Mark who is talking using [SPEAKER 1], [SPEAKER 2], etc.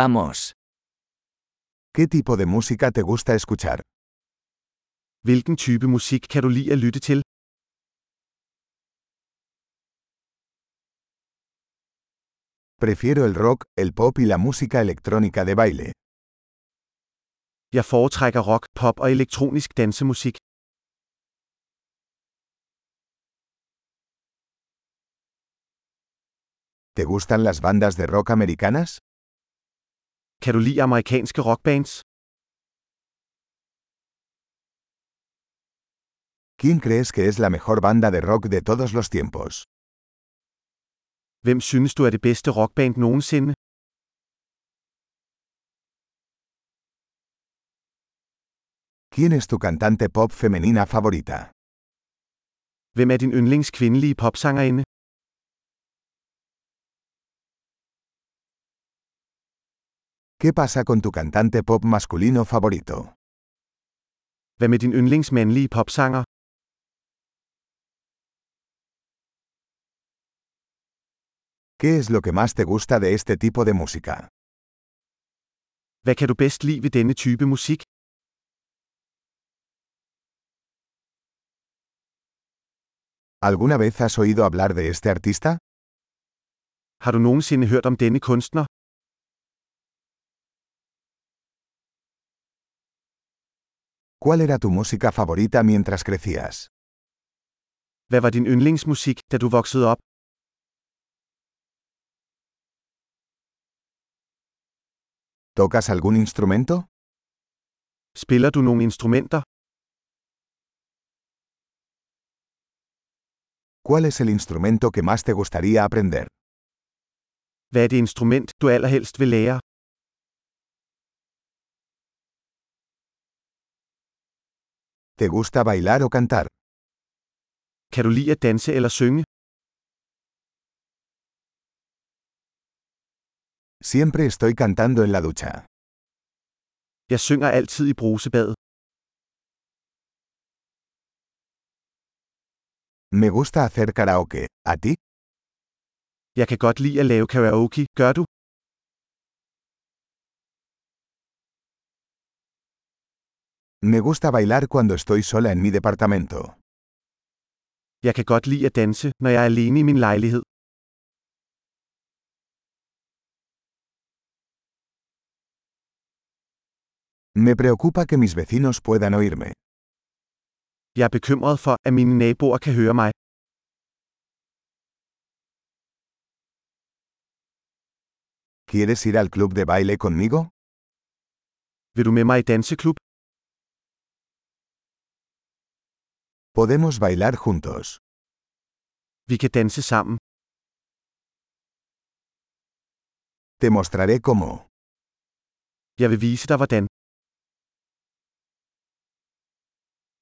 [SPEAKER 1] Vamos.
[SPEAKER 2] ¿Qué tipo de música te gusta escuchar?
[SPEAKER 3] Hvilken type musik kan du lide at lytte til?
[SPEAKER 2] Prefiero el rock, el pop y la música electrónica de baile.
[SPEAKER 3] Jeg foretrækker rock, pop og elektronisk dansemusik.
[SPEAKER 2] ¿Te gustan las bandas de rock americanas?
[SPEAKER 3] Kan du lide amerikanske rockbands?
[SPEAKER 2] ¿Quién crees que es la mejor banda de rock de todos los tiempos?
[SPEAKER 3] Hvem synes du er det bedste rockband nogensinde?
[SPEAKER 2] ¿Quién es tu cantante pop femenina favorita?
[SPEAKER 3] Hvem er din yndlings kvindelige popsangerinde?
[SPEAKER 2] ¿Qué pasa con tu cantante pop masculino favorito?
[SPEAKER 3] Hvad med din yndlings mandlige popsanger?
[SPEAKER 2] ¿Qué es lo que más te gusta de este tipo de música?
[SPEAKER 3] Hvad kan du bedst lide ved denne type musik?
[SPEAKER 2] ¿Alguna vez has oído hablar de este artista?
[SPEAKER 3] Har du nogensinde hørt om denne kunstner?
[SPEAKER 2] ¿Cuál era tu música favorita mientras crecías?
[SPEAKER 3] Hvad var din yndlingsmusik, da du voksede op?
[SPEAKER 2] ¿Tocas algún instrumento?
[SPEAKER 3] Spiller du nogle instrumenter?
[SPEAKER 2] ¿Cuál es el instrumento que más te gustaría aprender?
[SPEAKER 3] Hvad er det instrument, du allerhelst vil lære?
[SPEAKER 2] ¿Te gusta bailar o cantar?
[SPEAKER 3] Kan du lide at danse eller synge?
[SPEAKER 2] Siempre estoy cantando en la ducha.
[SPEAKER 3] Jeg synger altid i brusebadet.
[SPEAKER 2] Me gusta hacer karaoke. ¿A ti?
[SPEAKER 3] Jeg kan godt lide at lave karaoke, gør du?
[SPEAKER 2] Me gusta bailar cuando estoy sola en mi departamento.
[SPEAKER 3] Jeg kan godt lide at danse, når jeg er alene i min lejlighed.
[SPEAKER 2] Me preocupa que mis vecinos puedan oírme.
[SPEAKER 3] Jeg er bekymret for, at mine naboer kan høre mig.
[SPEAKER 2] ¿Quieres ir al club de baile conmigo?
[SPEAKER 3] Vil du med mig i danseklub?
[SPEAKER 2] Podemos bailar juntos.
[SPEAKER 3] Vi kan danse sammen.
[SPEAKER 2] Te mostraré cómo.
[SPEAKER 3] Jeg vil vise dig hvordan.